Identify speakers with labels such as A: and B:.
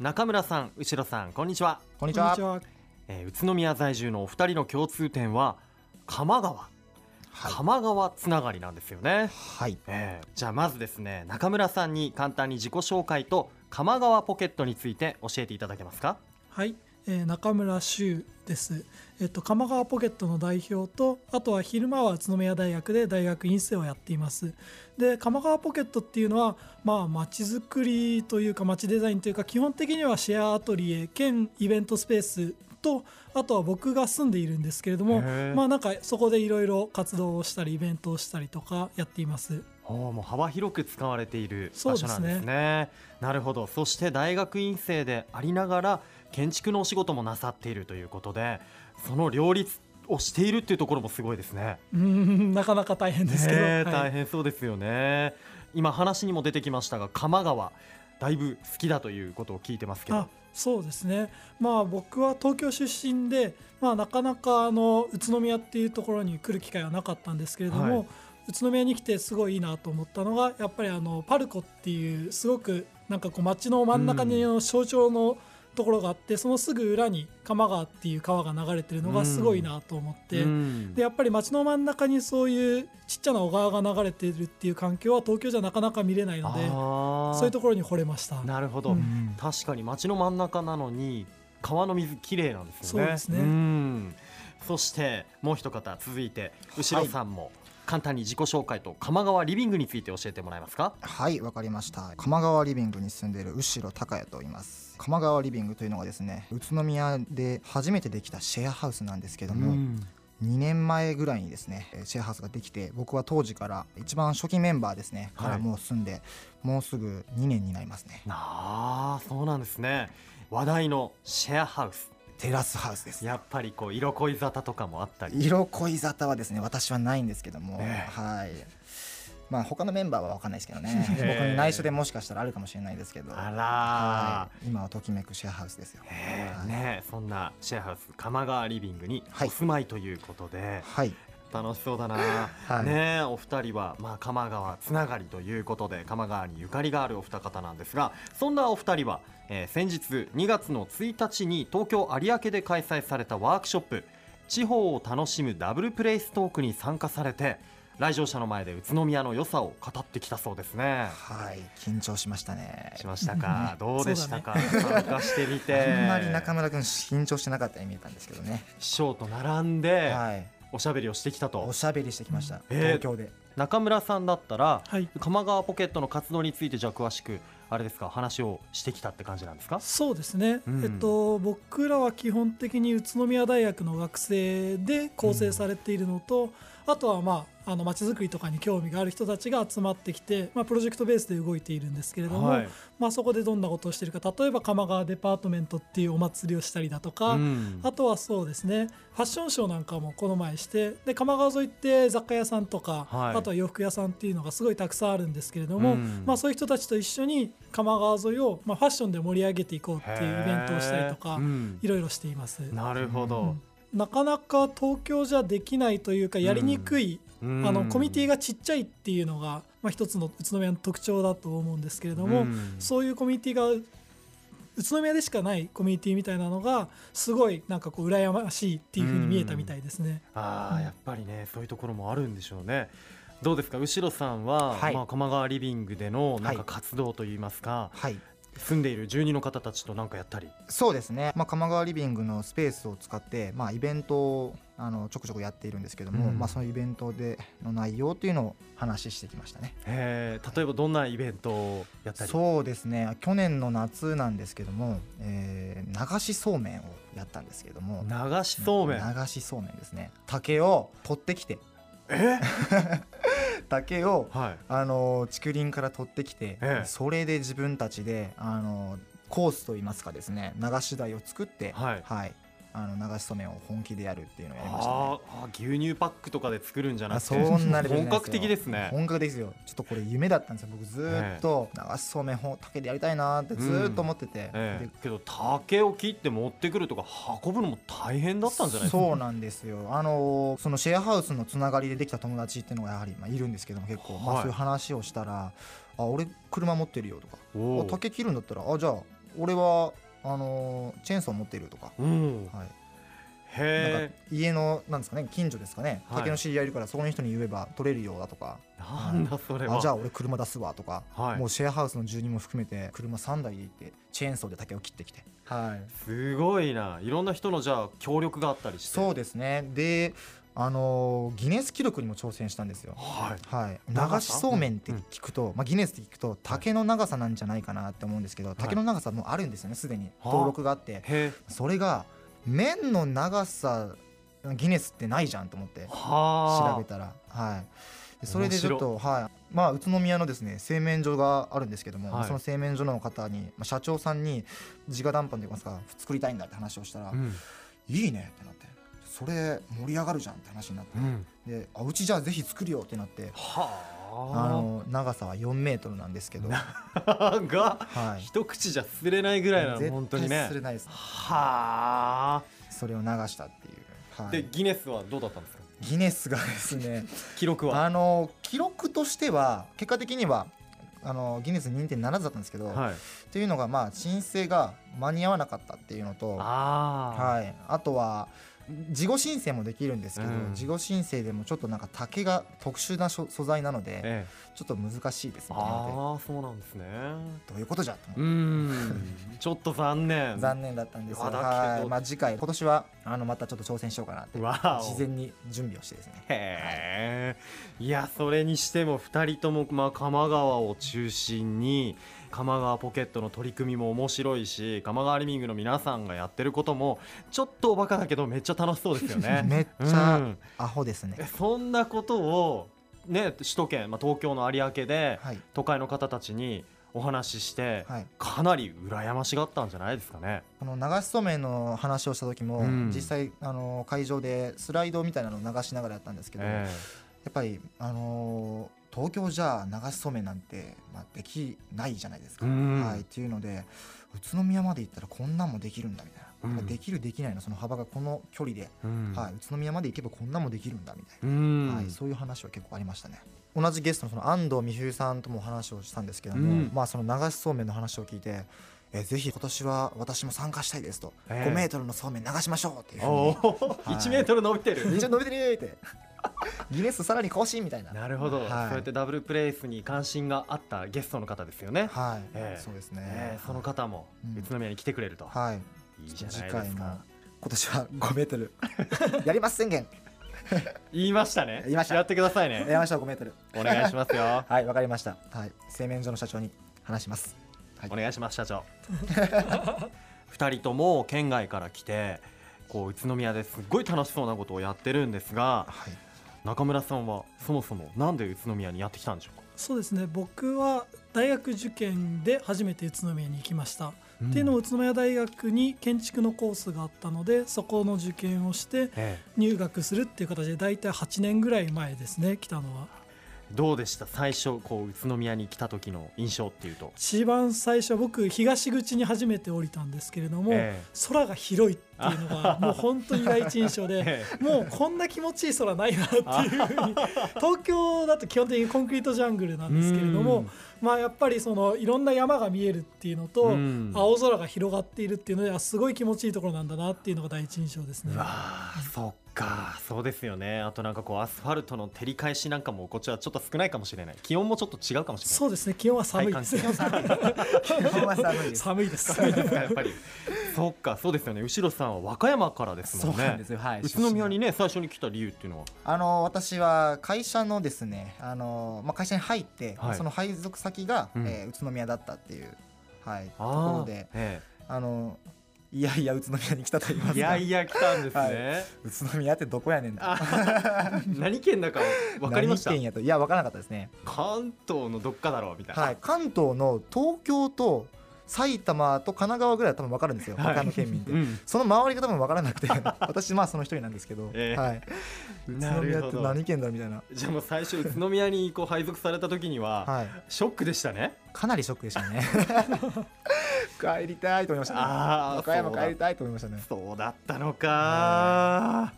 A: 中村さん後ろさんこんにちは、
B: こんにち
C: こんに
B: は
C: ち。は。
A: えー宇都宮在住のお二人の共通点は鎌川
B: はい。
A: 鎌川つながりなんですよね、
B: はい。
A: えーじゃあまずですね中村さんに簡単に自己紹介と鎌川ポケットについて教えていただけますか
C: はい、えー中村修です。えっと鎌川ポケットの代表と、あとは昼間は宇都宮大学で大学院生をやっています。で、鎌川ポケットっていうのは、まあ街づくりというか街デザインというか、基本的にはシェアアトリエ兼イベントスペースと、あとは僕が住んでいるんですけれども
A: へー、
C: まあなんかそこでいろいろ活動をしたりイベントをしたりとかやっています。
A: おーもう幅広く使われている
C: そう
A: 場
C: です
A: 所
C: ね
A: なんですねなるほどそして大学院生でありながら建築のお仕事もなさっているということでその両立をしているっていうところもすごいですね
C: うーん、 なかなか大変ですけど、
A: ねえ
C: はい
A: 大変そうですよね今話にも出てきましたが鎌川だいぶ好きだということを聞いてますけど
C: あそうですねまあ僕は東京出身で、まあ、なかなかあの宇都宮っていうところに来る機会はなかったんですけれども、
A: はい
C: 宇都宮に来てすごいいいなと思ったのがやっぱりあのパルコっていうすごくなんかこう街の真ん中にあの象徴のところがあって、そのすぐ裏に多摩川っていう川が流れてるのがすごいなと思って。
A: うん
C: でやっぱり街の真ん中にそういうちっちゃな小川が流れてるっていう環境は東京じゃなかなか見れないので
A: あー
C: そういうところに惚れました。
A: なるほど、
C: うん
B: うん
A: 確かに街の真ん中なのに川の水きれいなんですよね
C: そうですね
A: んそしてもう一方続いて後ろさんも簡単に自己紹介と鎌川リビングについて教えてもらえますか
B: はい、わかりました。鎌川リビングに住んでいる後ろ隆也と言います。鎌川リビングというのがですね、宇都宮で初めてできたシェアハウスなんですけども、2年前ぐらいにですねえーシェアハウスができて僕は当時から一番初期メンバーですね
A: はい
B: からもう住んで、もうすぐ2年になりますね
A: あーそうなんですね話題のシェアハウス
B: テラスハウスです
A: やっぱりこう色恋沙汰とかもあったり
B: 色恋沙汰はですね私はないんですけども、
A: ね
B: はいまあ他のメンバーは分かんないですけど ね
A: ええ
B: 僕に内緒でもしかしたらあるかもしれないですけど
A: あ
B: は
A: ら
B: い、今はときめくシェアハウスですよ
A: ー、え
B: は
A: ー
B: い
A: ねそんなシェアハウス鎌川リビングにお
B: はい
A: 住まいということで、
B: はい
A: 楽しそうだな、
B: はい
A: ねえお二人は、まあ、鎌川つながりということで鎌川にゆかりがあるお二方なんですがそんなお二人は、えー先日2月の1日に東京有明で開催されたワークショップ「地方を楽しむダブルプレイストーク」に参加されて来場者の前で宇都宮の良さを語ってきたそうですね。
B: はい緊張しましたね
A: しましたかどうでしたか、参加してみて
B: あんまり中村君緊張してなかったように見えたんですけどね、
A: 師匠と並んで
B: はい
A: おしゃべりをしてきたと
B: おしゃべりしてきました、
A: えー
B: 東京で
A: 中村さんだったら
C: はい
A: 鎌川ポケットの活動についてじゃあ詳しくあれですか話をしてきたって感じなんですか
C: そうですね、
A: うん
C: えっと、僕らは基本的に宇都宮大学の学生で構成されているのと、あとはまああの街づくりとかに興味がある人たちが集まってきて、まあ、プロジェクトベースで動いているんですけれども、
A: はい
C: まあ、そこでどんなことをしているか例えば鎌川デパートメントっていうお祭りをしたりだとか、
A: うん
C: あとはそうですねファッションショーなんかもこの前してで鎌川沿いって雑貨屋さんとか、
A: はい
C: あとは洋服屋さんっていうのがすごいたくさんあるんですけれども、
A: うん
C: まあ、そういう人たちと一緒に鎌川沿いを、まあ、ファッションで盛り上げていこうっていうイベントをしたりと
A: へー
C: か、
A: うん
C: いろいろしています。
A: なるほ
C: う
A: ど
C: ん、なかなか東京じゃできないというかやりにくい、
A: うん
C: あのコミュニティがちっちゃいっていうのが、まあ、一つの宇都宮の特徴だと思うんですけれども、
A: うん
C: そういうコミュニティが宇都宮でしかないコミュニティみたいなのがすごいなんかこう羨ましいっていうふうに見えたみたいですね。
A: あーやっぱりねそういうところもあるんでしょうねどうですか後ろさんは、
B: はい
A: まあ、鎌川リビングでのなん
B: は
A: か
B: い
A: 活動といいますか、
B: はい
A: 住んでいる住人の方たちとなんかやったり
B: そうですね、まあ、鎌川リビングのスペースを使って、まあ、イベントをあのちょくちょくやっているんですけども、
A: うん
B: まあ、そのイベントでの内容というのを話してきましたね。
A: えー例えばどんなイベントをやったり
B: そうですね去年の夏なんですけども、えー流しそうめんをやったんですけども
A: 流しそうめん
B: 流しそうめんですね竹を取ってきて
A: え
B: 竹を
A: はい
B: あの竹林から取ってきて、
A: ええ
B: それで自分たちであのコースといいますかですね流し台を作って、
A: はい
B: あの流しそうめんを本気でやるっていうのをやりましたね。
A: あーあー牛乳パックとかで作るんじゃな
B: あ
A: くて
B: そんなレベルじゃない
A: 本格的ですね
B: 本格的ですよちょっとこれ夢だったんですよ僕ずーっと流しそうめん本竹でやりたいなーってずーっと思ってて、
A: ええ
B: で、
A: けど竹を切って持ってくるとか運ぶのも大変だったんじゃないですか
B: そうなんですよあのーそのシェアハウスのつながりでできた友達っていうのがやはり、まあ、いるんですけども結構、ま
A: は
B: あ、
A: い
B: そういう話をしたら「あ俺車持ってるよ」とか「
A: お
B: あ
A: う
B: 竹切るんだったらあじゃあ俺はあのーチェーンソー持ってるとか、
A: うん、
B: はい、なん
A: へ
B: か家のなんですかね近所ですかね、
A: はい
B: 竹の知り合いいるからそこの人に言えば取れるようだとか
A: えなんだそれは
B: あじゃあ俺車出すわとか、
A: はい
B: もうシェアハウスの住人も含めて車3台で行ってチェーンソーで竹を切ってきて、はい、
A: すごいないろんな人のじゃあ協力があったりして
B: そうですねであのーギネス記録にも挑戦したんですよ。
A: はい
B: はい、
A: 長さ
B: 流しそうめんって聞くと、まあ、ギネスって聞くと竹の長さなんじゃないかなって思うんですけど竹の長さもうあるんですよねすでに
A: はあ
B: 登録があって
A: へ
B: それが麺の長さギネスってないじゃんと思って
A: はあ
B: 調べたら、はい、でそれでちょっと、
A: 面
B: はいまあ、宇都宮のですね製麺所があるんですけども、
A: はい
B: その製麺所の方に、まあ、社長さんに直談判といいますか作りたいんだって話をしたら、
A: うん
B: いいねってなってそれ盛り上がるじゃんって話になって、
A: うん
B: であうちじゃあぜひ作るよってなってあ
A: は
B: の長さは4メートルなんですけど、
A: あ が
B: はい、
A: 一口じゃすれないぐらいなの
B: 絶
A: 本当にね
B: 対すれないです
A: はあ
B: それを流したっていう、はい、
A: でギネスはどうだったんですか
B: ギネスがですね
A: 記録は
B: あの記録としては結果的にはあのギネス認定ならずだったんですけど、
A: はい
B: っていうのがまあ申請が間に合わなかったっていうのとあ,、
A: あ
B: はい、あとは自己申請もできるんですけど、
A: うん
B: 自己申請でもちょっとなんか竹が特殊な素素材なの
A: あ
B: で
A: ええ
B: ちょっと難しいですみたいなの
A: ああそうなんですね
B: でどういうことじゃと思って
A: うーんちょっと残念
B: 残念だったんです
A: う
B: が、
A: わだけど
B: はいまあ、次回今年はあのまたちょっと挑戦しようかなって
A: わお
B: 事前に準備をしてですね
A: へえいやそれにしても2人とも、まあ、鎌川を中心に鎌川ポケットの取り組みも面白いし鎌川リビングの皆さんがやってることもちょっとおバカだけどめっちゃ楽しそうですよ ね。
B: めっち
A: う
B: ゃ
A: ん
B: アホですね、
A: そんなことを、ね、首都圏、まあ、東京の有明で
B: はい
A: 都会の方たちにお話しして、
B: はい、
A: かなり羨ましがったんじゃないですかね。
B: この流しそうめんの話をした時も、
A: うん
B: 実際あの会場でスライドみたいなのを流しながらやったんですけど、
A: え
B: やっぱり、あのー東京じゃ流しそうめんなんて、まあ、できないじゃないですか。
A: うん
B: はい、っていうので宇都宮まで行ったらこんなんもできるんだみたいな、
A: うん
B: できるできないのその幅がこの距離で、
A: えうん
B: はい、宇都宮まで行けばこんなんもできるんだみたいな。
A: うん
B: はい、そういう話は結構ありましたね同じゲストのその安藤美冬さんともお話をしたんですけども、
A: うん
B: まあ、その流しそうめんの話を聞いてえぜひ今年は私も参加したいですと、
A: ええ
B: 5メートルのそうめん流しましょうっていうふう
A: お
B: に
A: ー
B: はい
A: 1メートル伸びてる
B: めっちゃ伸びてるって ギネスさらに更新みたいな
A: なるほど、
B: はい
A: そうやってダブルプレイスに関心があったゲストの方ですよね。
B: はい、
A: ええ
B: そうですね、
A: ええその方も
B: うん
A: 宇都宮に来てくれると、
B: はい
A: いいじ
B: 次
A: ゃないで
B: 回
A: す
B: も
A: か
B: 今。年は5メートル やります宣言
A: 言いましたね。
B: 言いました
A: やってください
B: や
A: ね。
B: りましょう5メートル
A: お願いしますよ。
B: はいわかりましたはい製麺所の社長に話しますはい
A: お願いします社 長。二人とも県外から来て、こう宇都宮ですっごい楽しそうなことをやってるんですが、
B: はい
A: 中村さんはそもそもなんで宇都宮にやってきたんでしょうか。
C: そうですね僕は大学受験で初めて宇都宮に行きました、
A: うん
C: っていうのも宇都宮大学に建築のコースがあったのでそこの受験をして
A: え
C: 入学するっていう形で大体8年ぐらい前ですね来たのは
A: え、どうでした最初こう宇都宮に来た時の印象っていうと。
C: 一番最初僕東口に初めて降りたんですけれども、
A: え
C: 空が広いっていうのがもう本当に第一印象 で
A: ええ
C: もうこんな気持ちいい空ないなっていうふうに 東京だと基本的にコンクリートジャングルなんですけれど
A: う
C: も
A: ん
C: まあやっぱりそのいろんな山が見えるっていうのと
A: うん
C: 青空が広がっているっていうのであすごい気持ちいいところなんだなっていうのが第一印象ですね
A: う。わあそっかそうですよねあとなんかこうアスファルトの照り返しなんかもこっちはちょっと少ないかもしれない気温もちょっと違うかもしれない
C: そうですね気温は寒いです。
A: 体感的に
B: 今は寒いです
C: 寒いです。
A: そうですか やっぱりそっかそうですよね後ろさんは和歌山からです
B: そ
A: も
B: うんな
A: ね
B: んですよはい
A: 宇都宮にね最初に来た理由っていうのは
B: あの私は会社のですねあの、まあ、会社に入って、
A: はい
B: その配属先が、
A: うん
B: えー宇都宮だったっていう、はい、と
A: あー
B: ころで
A: え
B: あのいやいや宇都宮に来たと言いま
A: え
B: す
A: いやい
B: や
A: や来たんですね、
B: 宇都宮ってどこやねんと
A: 何県だか分かりました
B: 何県やといや分からなかったですね、
A: 関東のどっかだろうみたいな、
B: はい、関東の東京と埼玉と神奈川ぐらいは多分分かるんですよ、
A: はい
B: 他の県民って、
A: うん
B: その周りが多分分からなくて 私まあその一人なんですけど、
A: ええ
B: はい、宇
A: な
B: 都
A: る
B: 宮
A: ほ
B: って
A: ど
B: 何県だみたいな、
A: じゃあもう最初宇都宮にこう配属された時には、
B: はい、
A: ショックでしたね
B: かなりショックでしたね 帰りたいと思いましたね
A: あー
B: 和歌山帰りたいと思いましたね
A: そうだったのか